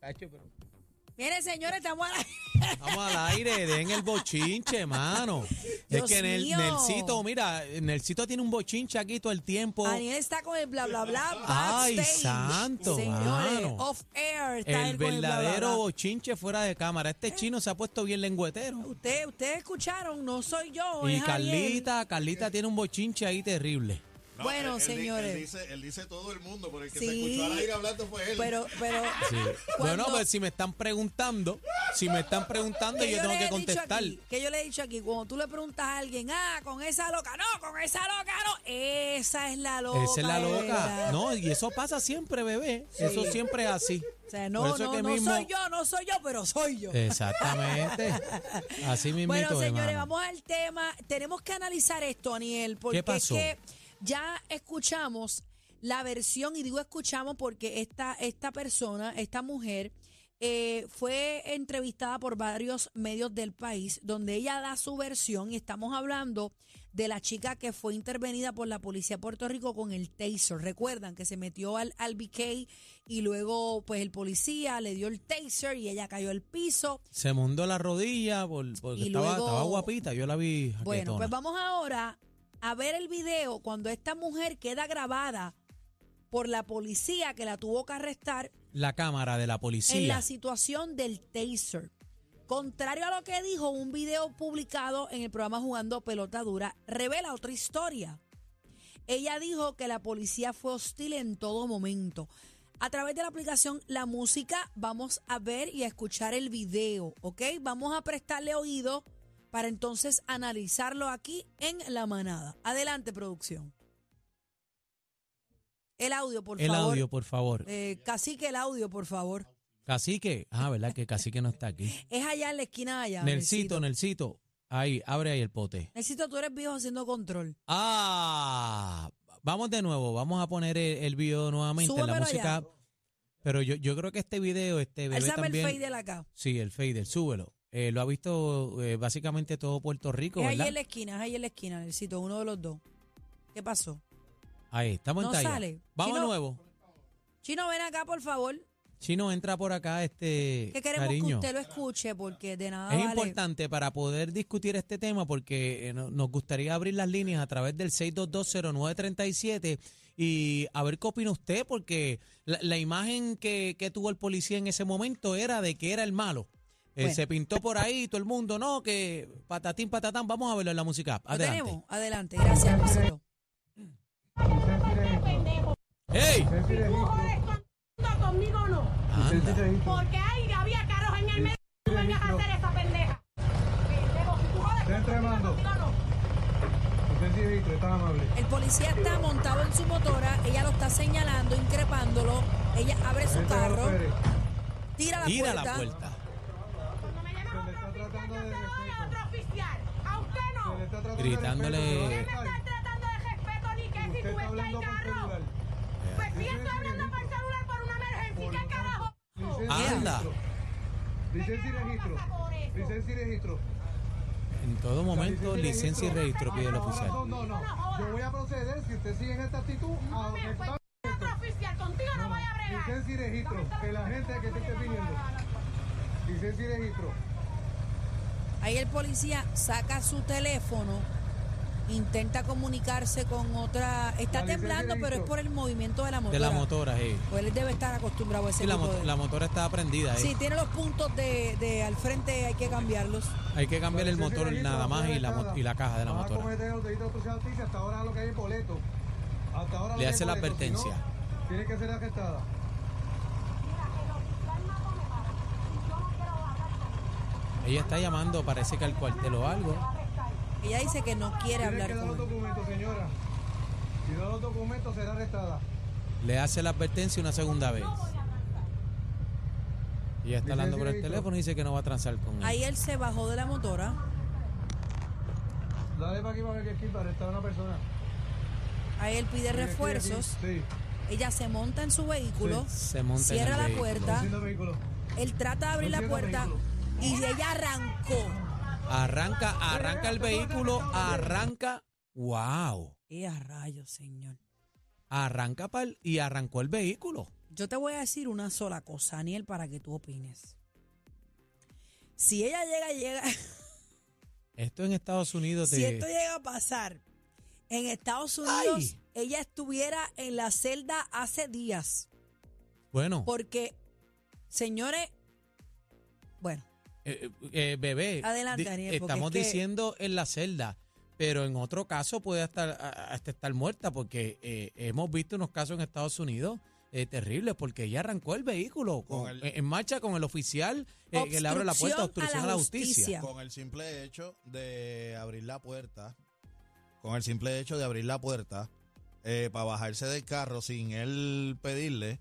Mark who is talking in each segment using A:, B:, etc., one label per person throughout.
A: Hacho, pero-
B: Miren, señores, estamos a la...
C: Vamos al aire, den el bochinche, mano.
B: Dios
C: es que Nel-
B: mío.
C: Nelsito, mira, Nelsito tiene un bochinche aquí todo el tiempo.
B: Daniel está con el bla bla bla.
C: Oh. Ay,
B: backstage.
C: santo,
B: Señores,
C: mano.
B: off air. Está
C: el
B: él con el bla,
C: verdadero
B: bla, bla.
C: bochinche fuera de cámara. Este chino se ha puesto bien lengüetero.
B: Ustedes, ustedes escucharon, no soy yo.
C: Y
B: es Ariel.
C: Carlita, Carlita tiene un bochinche ahí terrible.
B: Bueno,
D: él- él di-
B: señores.
D: Él dice, él dice todo el mundo, pero el que
B: Sí.
D: se escuchó al aire hablando fue él.
B: Pero, pero. cuando-
C: Bueno, pues si me están preguntando, si me están preguntando,
B: que
C: yo tengo
B: les
C: que
B: he dicho
C: contestar.
B: aquí, que yo le he dicho aquí, cuando tú le preguntas a alguien, ah, con esa loca, no, con esa loca, no, esa es la loca.
C: Esa es la
B: de
C: loca.
B: verdad.
C: No, y eso pasa siempre, bebé. Eso siempre es así.
B: O sea,
C: Por
B: no,
C: eso es
B: no,
C: que
B: no
C: mismo-
B: soy yo, no soy yo, pero soy yo.
C: Exactamente. Así mismo.
B: Bueno, señores, vamos al tema. Tenemos que analizar esto, Aniel, porque
C: pasó?
B: es que ya escuchamos la versión, y digo escuchamos porque esta, esta persona, esta mujer, eh, fue entrevistada por varios medios del país, donde ella da su versión, y estamos hablando de la chica que fue intervenida por la policía de Puerto Rico con el taser. Recuerdan que se metió al, al BK y luego pues el policía le dio el taser y ella cayó al piso.
C: Se mundó la rodilla por- porque
B: Y
C: estaba,
B: luego-
C: estaba guapita. Yo la vi.
B: Bueno,
C: jaquetona.
B: pues vamos ahora a ver el video cuando esta mujer queda grabada por la policía que la tuvo que arrestar
C: La cámara de la
B: en
C: policía.
B: la situación del taser. Contrario a lo que dijo un video publicado en el programa Jugando Pelota Dura, revela otra historia. Ella dijo que la policía fue hostil en todo momento. A través de la aplicación La Música vamos a ver y a escuchar el video, ¿ok? Vamos a prestarle oído para entonces analizarlo aquí en La Manada. Adelante, producción. El audio, por
C: el
B: favor.
C: audio, por favor.
B: Eh, cacique, el audio, por favor.
C: Cacique. Ah, ¿verdad? Que Cacique no está aquí.
B: Es allá en la esquina de allá.
C: Nelsito, Nelsito. Ahí, abre ahí el pote.
B: Necesito, tú eres viejo haciendo control.
C: Ah, vamos de nuevo. Vamos a poner el, el video nuevamente. la
B: Súbemelo
C: música.
B: allá.
C: Pero yo, yo creo que este video, este bebé
B: Alzame el
C: también.
B: fade de la acá.
C: Sí, el fader, súbelo. Eh, lo ha visto eh, básicamente todo Puerto Rico,
B: Es
C: ¿verdad?
B: allá en la esquina, es allá en la esquina, Nelsito, uno de los dos. ¿Qué pasó?
C: Ahí, estamos
B: No
C: en talla.
B: sale.
C: Vamos de
B: Chino-
C: nuevo.
B: Chino, ven acá, por favor,
C: Chino, entra por acá, este
B: que queremos que
C: cariño.
B: usted lo escuche porque de nada
C: es
B: vale.
C: importante para poder discutir este tema porque eh, no- nos gustaría abrir las líneas a través del 6220937 y a ver qué opina usted, porque la, la imagen que, que tuvo el policía en ese momento era de que era el malo. Eh,
B: Bueno.
C: Se pintó por ahí, todo el mundo, no, que patatín, patatán, vamos a verlo en la música. app.
B: ¿Lo
C: Adelante.
B: tenemos? Adelante, gracias, Nelsito.
C: ¡Ey!
E: Si tú jodes con- conmigo o no,
C: Anda.
E: porque ahí había carros en el medio, tú vengas a hacer esa pendeja. Pendejo, si tú jodes
F: Está entrenando.
E: conmigo o no.
F: Usted sí, Víctor, está amable.
B: El policía está montado en su motora, ella lo está señalando, increpándolo, ella abre su
F: Gente, Galo
B: carro,
F: Pérez,
B: tira la
C: Tira
B: puerta.
C: la puerta.
E: Cuando me llaman
F: Se le
E: otro oficial,
F: está tratando
E: yo
F: de
E: se lo doy a
F: respeto.
E: otro oficial. A usted
F: se
E: no.
F: le está tratando de
C: Gritándole-
F: respeto,
E: ¿Qué me
F: se lo
E: estás
F: doy.
E: tratando de respeto ni qué si
F: Usted
E: tú
F: está
E: ves que hay
F: hablando por
E: carro?
F: celular.
E: Pues si estoy hablando por celular por una emergencia, ¿qué carajo?
F: Licencia y
C: Anda.
F: registro. Licencia y registro. Licencia y registro.
C: En todo momento, licencia y registro pide el oficial.
F: No, no, no. Yo voy a proceder, si usted sigue en esta actitud,
E: Mira,
F: a
E: pues,
F: está-
E: otro oficial, contigo no voy a bregar.
F: Licencia y registro. Que la gente que te esté pidiendo. Licencia y registro.
B: Ahí el policía saca su teléfono, intenta comunicarse con otra. Está
F: La licencia
B: temblando,
F: de
B: pero es
F: Víctor.
B: por el movimiento de la motora.
C: De la motora, sí.
B: Pues él debe estar acostumbrado a ese
C: Sí, la,
B: tipo
C: mot-
B: de-
C: la motora está prendida, eh.
B: Sí, tiene los puntos de, de al frente, hay que cambiarlos.
C: Hay que cambiar el
F: Licencia y
C: motor
F: registro,
C: nada
F: no
C: más y
F: debe
C: la,
F: nada.
C: mot- y la caja de la
F: Ahora, como
C: motora.
F: este es el delito de obstrucción de justicia, hasta ahora lo que hay es boleto. Hasta ahora lo
C: Le
F: que
C: hace
F: hay
C: la
F: es boleto, si no,
C: advertencia.
F: Tiene que ser arrestada.
C: Ella está llamando, parece que al cuartel o algo.
B: Ella dice que no quiere
F: Tiene
B: hablar
F: que dar los
B: con él.
F: documentos, señora. Si da los documentos, será arrestada.
C: Le hace la advertencia una segunda vez. Ella está hablando por el teléfono y dice que no va a transar con él.
B: Ahí él se bajó de la motora.
F: Dale para aquí para ver qué esquiva, arrestar a una persona.
B: Ahí él pide
F: Estoy aquí,
B: refuerzos.
F: Sí,
B: Ella se monta en su vehículo.
C: Se monta en
B: Cierra
C: el
B: la
C: vehículo.
B: puerta.
F: haciendo vehículo.
B: Él trata de abrir la
F: No cierra el
B: puerta
F: vehículo.
B: y ella arrancó.
C: Arranca, arranca el vehículo, arranca. ¡Wow!
B: ¡Qué a rayos, señor!
C: Arranca pa'l- y arrancó el vehículo.
B: Yo te voy a decir una sola cosa, Daniel, para que tú opines. Si ella llega, llega,
C: Esto en Estados Unidos te...
B: si esto llega a pasar en Estados Unidos,
C: Ay.
B: ella estuviera en la celda hace días.
C: bueno,
B: Porque, señores, bueno,
C: eh, eh, bebé,
B: Adelante,
C: di-
B: Daniel, porque
C: estamos
B: es que-
C: diciendo en la celda, pero en otro caso puede estar, hasta estar muerta porque eh, hemos visto unos casos en Estados Unidos eh, terribles porque ella arrancó el vehículo con-
D: Con el-
C: en marcha con el oficial eh, que le abre la puerta, obstrucción a la justicia.
D: Con el simple hecho de abrir la puerta, con el simple hecho de abrir la puerta eh, para bajarse del carro sin él pedirle,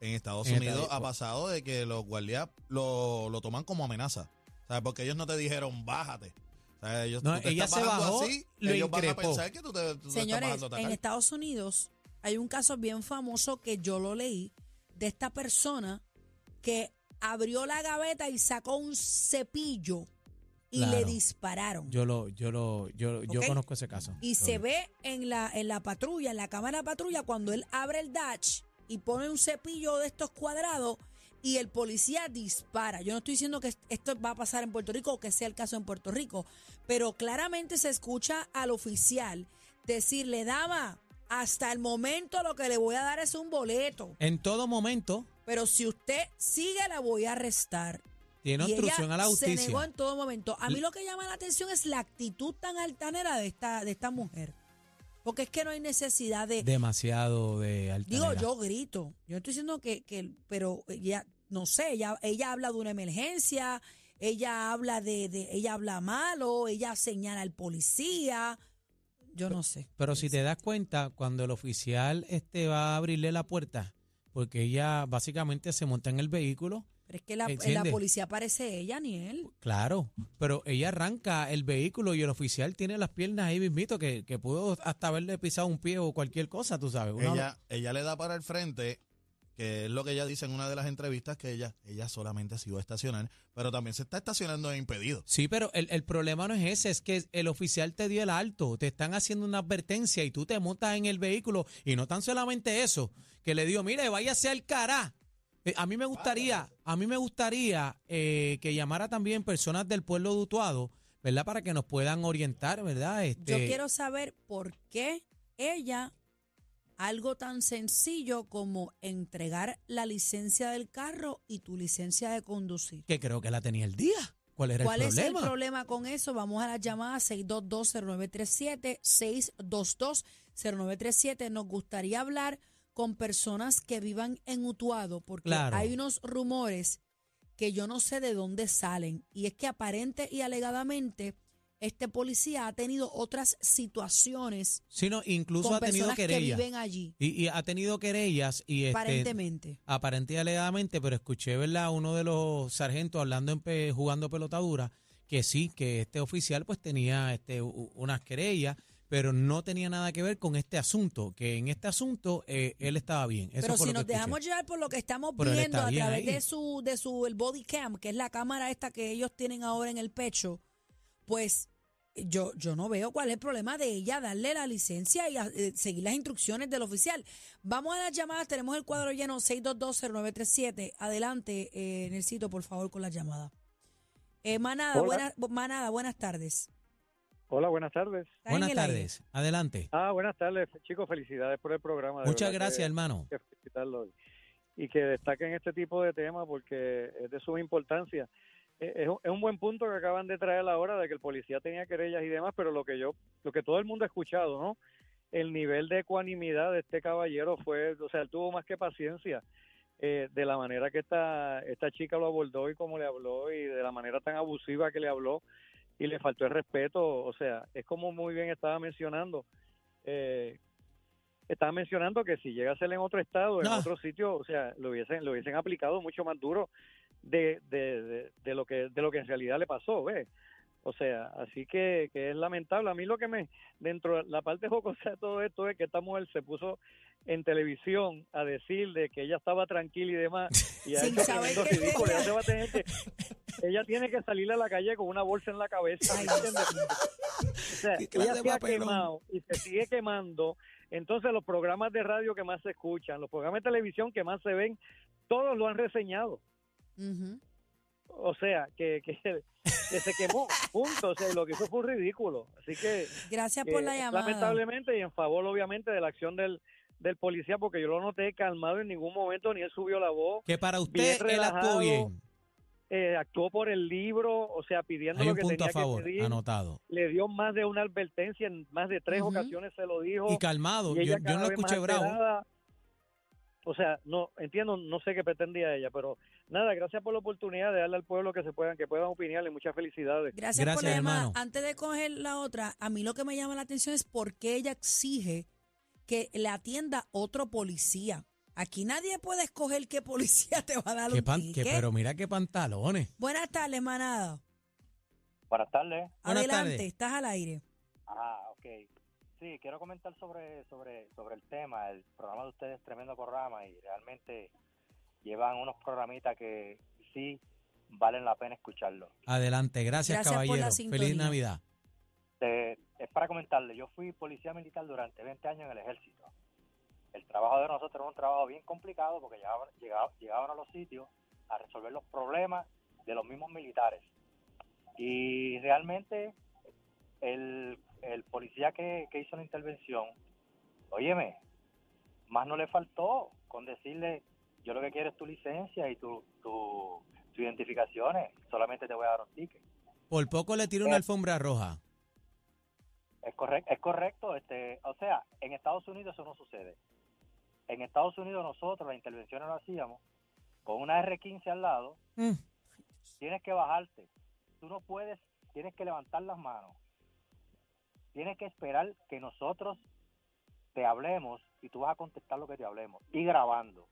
D: en Estados
C: En
D: Unidos
C: Estados-
D: ha pasado de que los guardias lo, lo toman como amenaza. ¿sabes? Porque ellos no te dijeron, bájate. O sea, ellos,
C: No,
D: tú te
C: ella
D: estás
C: se
D: bajando
C: bajó,
D: así,
C: lo
D: ellos
C: increpó.
D: van a pensar que tú te, tú te estás
B: Señores,
D: bajando a
B: en
D: atacar.
B: Estados Unidos hay un caso bien famoso que yo lo leí de esta persona que abrió la gaveta y sacó un cepillo y le
C: Claro.
B: dispararon.
C: Yo lo, yo lo, yo, yo
B: Ok.
C: conozco ese caso.
B: y
C: Lo
B: se
C: vi.
B: ve en la, en la patrulla, en la cámara de patrulla, cuando él abre el dash y pone un cepillo de estos cuadrados y el policía dispara. Yo no estoy diciendo que esto va a pasar en Puerto Rico o que sea el caso en Puerto Rico, pero claramente se escucha al oficial decirle, dama, hasta el momento lo que le voy a dar es un boleto,
C: En todo momento
B: pero si usted sigue la voy a arrestar.
C: tiene
B: Y ella
C: obstrucción a la
B: Se negó en
C: justicia.
B: todo momento. A mí lo que llama la atención es la actitud tan altanera de esta, de esta mujer. Porque es que no hay necesidad de.
C: Demasiado de
B: digo,
C: altanera.
B: yo grito. Yo no estoy diciendo que, que- pero ella, no sé, ella, ella habla de una emergencia, ella habla de, de, ella habla malo, ella señala al policía. Yo no sé.
C: Pero si te das cuenta, cuando el oficial este va a abrirle la puerta, porque ella básicamente se monta en el vehículo,
B: Pero es que la, la
C: ¿Entiendes?
B: policía parece ella, ni él.
C: claro, pero ella arranca el vehículo y el oficial tiene las piernas ahí mismito, que, que pudo hasta haberle pisado un pie o cualquier cosa, tú sabes. una-
D: Ella, ella le da para el frente, que es lo que ella dice en una de las entrevistas, que ella, ella solamente se iba a estacionar, pero también se está estacionando en impedido.
C: Sí, pero el, el problema no es ese, es que el oficial te dio el alto, te están haciendo una advertencia y tú te montas en el vehículo y no tan solamente eso, que le digo, mire, váyase al cará. Eh, A mí me gustaría, a mí me gustaría eh, que llamara también personas del pueblo de Utuado, ¿verdad? Para que nos puedan orientar, ¿verdad? Este,
B: Yo quiero saber por qué ella, algo tan sencillo como entregar la licencia del carro y tu licencia de conducir.
C: Que creo que la tenía el día. ¿Cuál era
B: ¿Cuál
C: el
B: es el
C: problema?
B: problema con eso? Vamos a la llamada 622-0937, 622-0937. Nos gustaría hablar con personas que vivan en Utuado, porque
C: Claro.
B: hay unos rumores que yo no sé de dónde salen. Y es que aparente y alegadamente este policía ha tenido otras situaciones
C: Sino incluso
B: con
C: ha tenido
B: personas que
C: querellas.
B: viven allí,
C: y, y ha tenido querellas y este,
B: aparentemente.
C: aparente y alegadamente, pero escuché, ¿verdad?, uno de los sargentos hablando en pe- jugando pelotadura, que sí, que este oficial pues tenía este, u- u- unas querellas, pero no tenía nada que ver con este asunto, que en este asunto eh, él estaba bien. Eso
B: Pero
C: fue lo
B: si
C: que
B: nos
C: escuché.
B: dejamos llevar por lo que estamos
C: Pero él
B: viendo
C: está
B: a
C: bien ahí.
B: través de su, de su el body cam, que es la cámara esta que ellos tienen ahora en el pecho, pues yo, yo no veo cuál es el problema de ella darle la licencia y a- eh, seguir las instrucciones del oficial. Vamos a las llamadas, tenemos el cuadro lleno 6220937. Adelante, eh, Nelsito, por favor, con la llamada. Eh, manada,
A: Hola.
B: buena- manada, buenas tardes.
A: Hola, buenas tardes.
B: Estás en
C: Buenas
B: el aire.
C: tardes, adelante.
A: Ah, buenas tardes, chicos. Felicidades por el programa. de
C: Muchas
A: verdad
C: gracias,
A: que-
C: hermano.
A: que felicitarlo. Y que destaquen este tipo de temas porque es de suma importancia. Eh, Es un, es un buen punto que acaban de traer ahora de que el policía tenía querellas y demás, pero lo que yo, lo que todo el mundo ha escuchado, ¿no? El nivel de ecuanimidad de este caballero fue, o sea, él tuvo más que paciencia eh, de la manera que esta, esta chica lo abordó y cómo le habló y de la manera tan abusiva que le habló y le faltó el respeto. O sea, es como muy bien estaba mencionando. Eh, estaba mencionando que si llega a ser en otro estado, en
C: No.
A: otro sitio, o sea, lo hubiesen, lo hubiesen aplicado mucho más duro de, de, de, de lo que de lo que en realidad le pasó, ¿ves? O sea, así que, que es lamentable. A mí lo que me, dentro de la parte jocosa de todo esto es que esta mujer se puso en televisión a decir de que ella estaba tranquila y demás. Y ha
B: Sin
A: hecho
B: saber
A: tremendo
B: que
A: ridículo.
B: tenía-
A: Ella, se va a tener que- ella tiene que salir a la calle con una bolsa en la cabeza.
B: Ay,
A: ¿me entiendes? O sea,
C: Qué clase
A: ella
C: de
A: se ha
C: papelón.
A: quemado y se sigue quemando Entonces los programas de radio que más se escuchan, los programas de televisión que más se ven, todos lo han reseñado.
B: Ujú.
A: O sea, que, que, que se quemó, punto. O sea, lo que hizo fue un ridículo. Así que
B: Gracias
A: eh,
B: por la llamada.
A: Lamentablemente y en favor, obviamente, de la acción del, del policía, porque yo lo noté calmado en ningún momento, ni él subió la voz,
C: Que para
A: Bien
C: usted él actuó
A: relajado,
C: bien.
A: eh, actuó por el libro, o sea, pidiendo
C: Hay
A: lo
C: un
A: que
C: punto a
A: tenía
C: favor,
A: que pedir.
C: anotado.
A: Le dio más de una advertencia, en más de tres
B: Ujú.
A: ocasiones se lo dijo.
C: Y calmado,
A: y
C: yo,
A: ella
C: yo
A: cada
C: no lo
A: vez más
C: escuché bravo.
A: alterada. O sea, no entiendo, no sé qué pretendía ella, pero nada, gracias por la oportunidad de darle al pueblo que se puedan, que puedan opinarle. Muchas felicidades.
B: Gracias, por la
C: Gracias,
B: llamada.
C: hermano.
B: Antes de coger la otra, a mí lo que me llama la atención es por qué ella exige que le atienda otro policía. Aquí nadie puede escoger qué policía te va a dar
C: Qué
B: un
C: pan- que-
B: ticket.
C: pero mira qué pantalones.
B: Buenas tardes, manada.
G: Buenas tardes.
C: Buenas
B: Adelante,
C: tardes.
B: estás al aire.
G: Ah, ok. Sí, quiero comentar sobre, sobre, sobre el tema. El programa de ustedes es tremendo programa y realmente llevan unos programitas que sí valen la pena escucharlo.
C: Adelante, gracias,
B: Gracias por la
C: caballero.
B: sintonía.
C: Feliz Navidad.
G: Te- es para comentarle, yo fui policía militar durante 20 años en el ejército. El trabajo de nosotros era un trabajo bien complicado porque llegaban, llegaba- llegaban a los sitios a resolver los problemas de los mismos militares. Y realmente el, el policía que, que hizo la intervención, óyeme, más no le faltó con decirle, yo lo que quiero es tu licencia y tu, tu, tus identificaciones, solamente te voy a dar un ticket.
C: Por poco le tiro una
G: Eh.
H: Ah.
C: alfombra roja.
G: Es correcto, es correcto, este, o sea, en Estados Unidos eso no sucede. En Estados Unidos nosotros las intervenciones las hacíamos con una R15 al lado,
C: Mm.
G: tienes que bajarte. Tú no puedes, tienes que levantar las manos. Tienes que esperar que nosotros te hablemos y tú vas a contestar lo que te hablemos y grabando.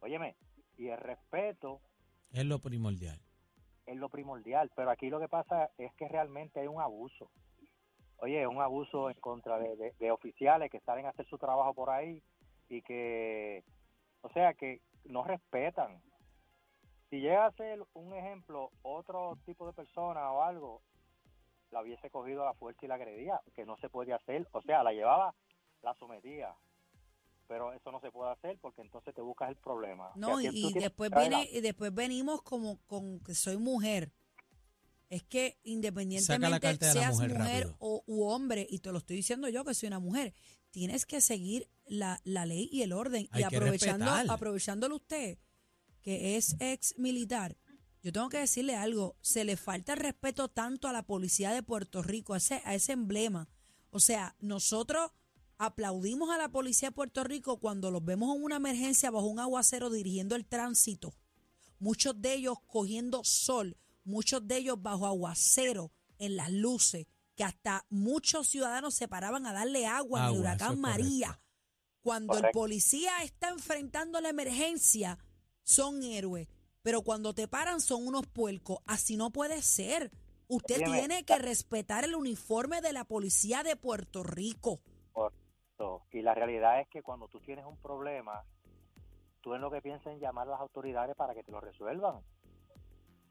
G: Óyeme, y el respeto
C: Es lo primordial.
G: es lo primordial, pero aquí lo que pasa es que realmente hay un abuso. Oye, un abuso en contra de, de- de oficiales que salen a hacer su trabajo por ahí y que, o sea, que no respetan. Si llega a ser un ejemplo otro tipo de persona o algo, la hubiese cogido a la fuerza y la agredía, que no se puede hacer. O sea, la llevaba, la sometía. Pero eso no se puede hacer porque entonces te buscas el problema. O sea,
B: No, y,
G: que tú
B: y
G: tienes que
B: después
G: traer la-
B: viene, y después venimos como con que soy mujer. Es que independientemente
C: carta de la
B: seas
C: mujer
B: mujer,
C: rápido.
B: o u hombre, y te lo estoy diciendo yo que soy una mujer, tienes que seguir la, la ley y el orden.
C: Hay
B: y
C: que
B: aprovechando,
C: respetar.
B: aprovechándolo usted, que es ex militar, yo tengo que decirle algo, se le falta el respeto tanto a la policía de Puerto Rico, a ese, a ese emblema. O sea, nosotros aplaudimos a la policía de Puerto Rico cuando los vemos en una emergencia bajo un aguacero dirigiendo el tránsito. Muchos de ellos cogiendo sol, muchos de ellos bajo aguacero en las luces, que hasta muchos ciudadanos se paraban a darle agua, en
C: Agua,
B: el
C: eso
B: huracán
C: es
B: María.
C: correcto.
B: Cuando el
G: Correcto.
B: policía está enfrentando la emergencia, son héroes. Pero cuando te paran son unos puercos. Así no puede ser. Usted
G: Óyeme,
B: tiene que respetar el uniforme de la policía de Puerto Rico.
G: Exacto. Y la realidad es que cuando tú tienes un problema, tú es lo que piensas en llamar a las autoridades para que te lo resuelvan.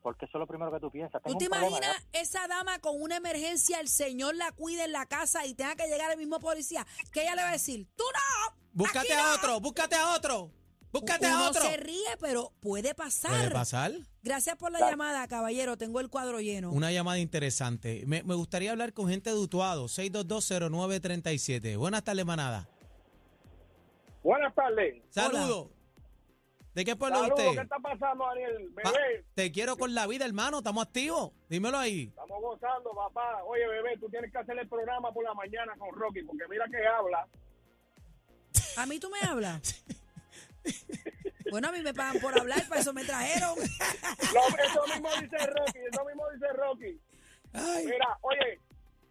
G: Porque eso es lo primero que tú piensas.
B: ¿Tú
G: Tengo
B: te
G: un problema,
B: imaginas esa dama con una emergencia, el señor la cuida en la casa y tenga que llegar el mismo policía? ¿Qué ella le va a decir? ¡Tú no!
C: Búscate
B: Aquí
C: a
B: no.
C: otro, búscate a otro. Búscate
B: Uno
C: a otro.
B: se ríe, pero puede pasar.
C: ¿Puede pasar?
B: Gracias por la
G: Claro.
B: llamada, caballero. Tengo el cuadro lleno.
C: Una llamada interesante. Me, me gustaría hablar con gente de Utuado, 6220937. Buenas tardes, manada.
H: Buenas tardes.
C: Saludos. ¿De qué pueblo es
H: Saludos, ¿qué
C: usted?
H: está pasando, Daniel?
C: Pa-
H: Bebé,
C: te quiero con la vida, hermano. Estamos activos. Dímelo ahí.
H: estamos gozando, papá. Oye, bebé, tú tienes que hacer el programa por la mañana con Rocky, porque mira que habla.
B: ¿A mí tú me hablas? bueno, a mí me pagan por hablar, para eso me trajeron.
H: Lo- eso mismo dice Rocky, eso mismo dice Rocky. Mira, oye,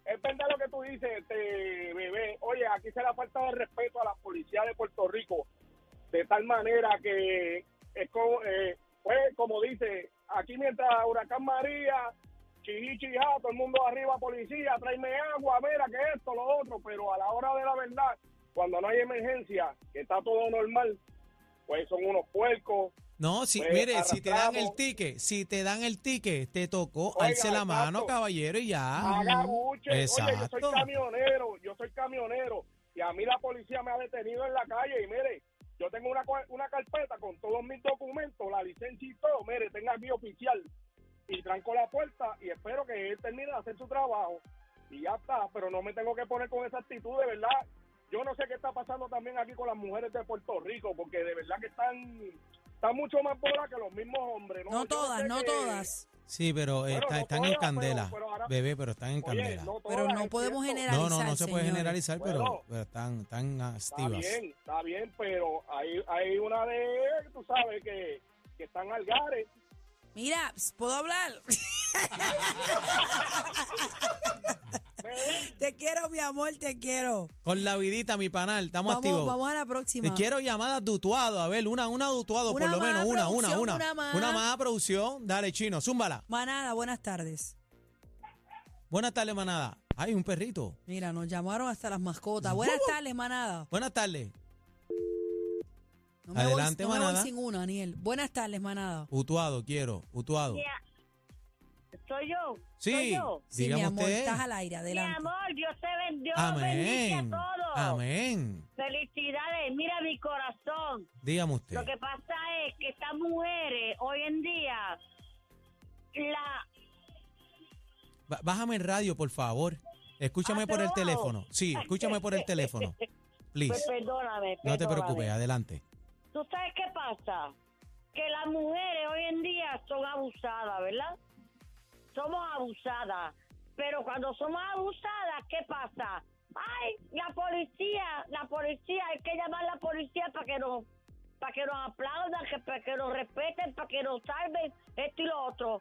H: es verdad lo que tú dices, este, bebé. Oye, aquí se le ha faltado el respeto a la policía de Puerto Rico, de tal manera que es como, eh, pues, como dice, aquí mientras Huracán María, chiji, chijá, todo el mundo arriba, policía, tráeme agua, mira que esto, lo otro, pero a la hora de la verdad, cuando no hay emergencia, que está todo normal, pues son unos puercos.
C: No, si,
H: Pues,
C: mire, si te dan el
H: arrastramos.
C: ticket, si te dan el ticket, te tocó,
H: Oiga,
C: alce la mano,
H: exacto.
C: caballero, y ya.
H: Haga buche. Oye, yo soy
C: Ah, Exacto.
H: camionero, yo soy camionero. Y a mí la policía me ha detenido en la calle y mire, yo tengo una, cua- una carpeta con todos mis documentos, la licencia y todo, mire, tenga aquí oficial. Y tranco la puerta y espero que él termine de hacer su trabajo y ya está, pero no me tengo que poner con esa actitud, de verdad. Yo no sé qué está pasando también aquí con las mujeres de Puerto Rico, porque de verdad que están, están mucho más bolas que los mismos hombres. No,
B: No
H: Yo sé
B: todas, no
H: que-
B: todas.
C: Sí, pero eh,
H: Bueno,
C: está-
H: no
C: están en
H: todas,
C: candela,
H: pero- pero ahora-
C: bebé, pero están en
H: Oye,
C: candela.
H: no todas,
B: Pero no
H: es
B: podemos
H: cierto.
B: generar-
C: No, no, no se puede
B: señores.
C: generalizar, pero,
H: Bueno.
C: pero están, están
H: Está
C: activas.
H: bien, está bien, pero hay, hay una de, tú sabes, que, que están algares.
B: Mira, ps, ¿puedo hablar? te quiero, mi amor, te quiero.
C: Con la vidita, mi panal, estamos
B: Vamos,
C: activos.
B: vamos a la próxima.
C: Te quiero llamadas dutuado, a ver, una, una dutuado,
B: Una
C: por lo
B: más
C: menos, una, una,
B: producción,
C: una.
B: una más.
C: producción. Dale, chino, zúmbala.
B: Manada, buenas tardes.
C: Buenas tardes, manada. Hay un perrito.
B: Mira, nos llamaron hasta las mascotas. Buenas tardes, manada.
C: Buenas tardes.
B: No me voy-
C: Adelante,
B: no me voy,
C: manada.
B: sin una, Daniel. Buenas tardes, manada.
C: Utuado, quiero, utuado.
A: Soy yo.
C: Sí,
B: Sí, mi
C: dígame
B: amor,
C: usted.
B: estás al aire, adelante.
A: Dios te bendiga.
C: Amén. Amén.
A: Felicidades. Mira mi corazón.
C: Dígame usted.
A: Lo que pasa es que estas mujeres hoy en día, la
C: Ba- Bájame el radio, por favor. Escúchame
A: Ah,
C: por el
A: trabajo.
C: teléfono. Sí, escúchame por el teléfono. Please.
A: Pues perdóname,
C: No te
A: perdóname.
C: preocupes, adelante.
A: ¿Tú sabes qué pasa? Que las mujeres hoy en día son abusadas, ¿verdad? Somos abusadas. Pero cuando somos abusadas, ¿qué pasa? Ay, la policía, la policía, hay que llamar a la policía para que nos para que nos aplaudan, que, para que nos respeten, para que nos salven, esto y lo otro.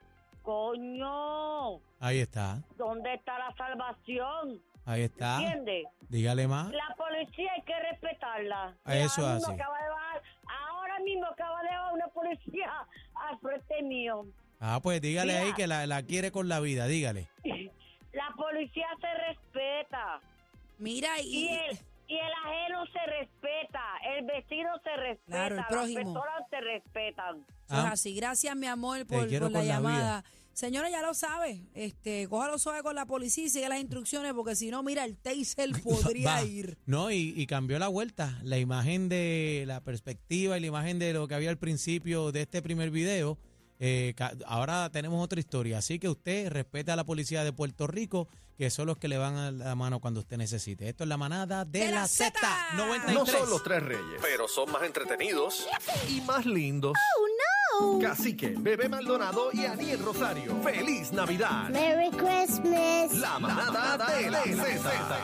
A: Coño,
C: Ahí está,
A: ¿dónde está la salvación?
C: ahí está.
A: ¿Entiendes?
C: Dígale más.
A: La policía hay que respetarla.
C: A eso
A: ahora mismo
C: hace.
A: acaba de bajar, ahora mismo acaba de bajar una policía al frente mío.
C: Ah, pues dígale ahí
A: Mira.
C: que la, la quiere con la vida, dígale.
A: La policía se respeta.
B: Mira,
A: Y
B: y,
A: el, y el ajeno se respeta. El vecino se respeta.
B: Claro, el prójimo.
A: Las personas se respetan.
B: Eso es
C: Ah.
B: pues así. Gracias, mi amor, por,
C: quiero
B: por la
C: con la vida.
B: llamada. Señora, ya lo sabe. Este, cójalo suave con la policía y sigue las instrucciones, porque si no, mira, el taser podría
C: Va.
B: ir.
C: No, y, y cambió la vuelta. La imagen de la perspectiva y la imagen de lo que había al principio de este primer video. eh, ca- ahora tenemos otra historia. Así que usted respeta a la policía de Puerto Rico, que son los que le van a la mano cuando usted necesite. Esto es la manada de,
B: De la
C: la Z.
B: Zeta.
C: 93.
D: No son los tres reyes, pero son más entretenidos y más lindos. ¡Oh, no! Cacique, Bebé Maldonado y Aniel Rosario. ¡Feliz Navidad!
E: Merry Christmas.
D: La manada de la Z.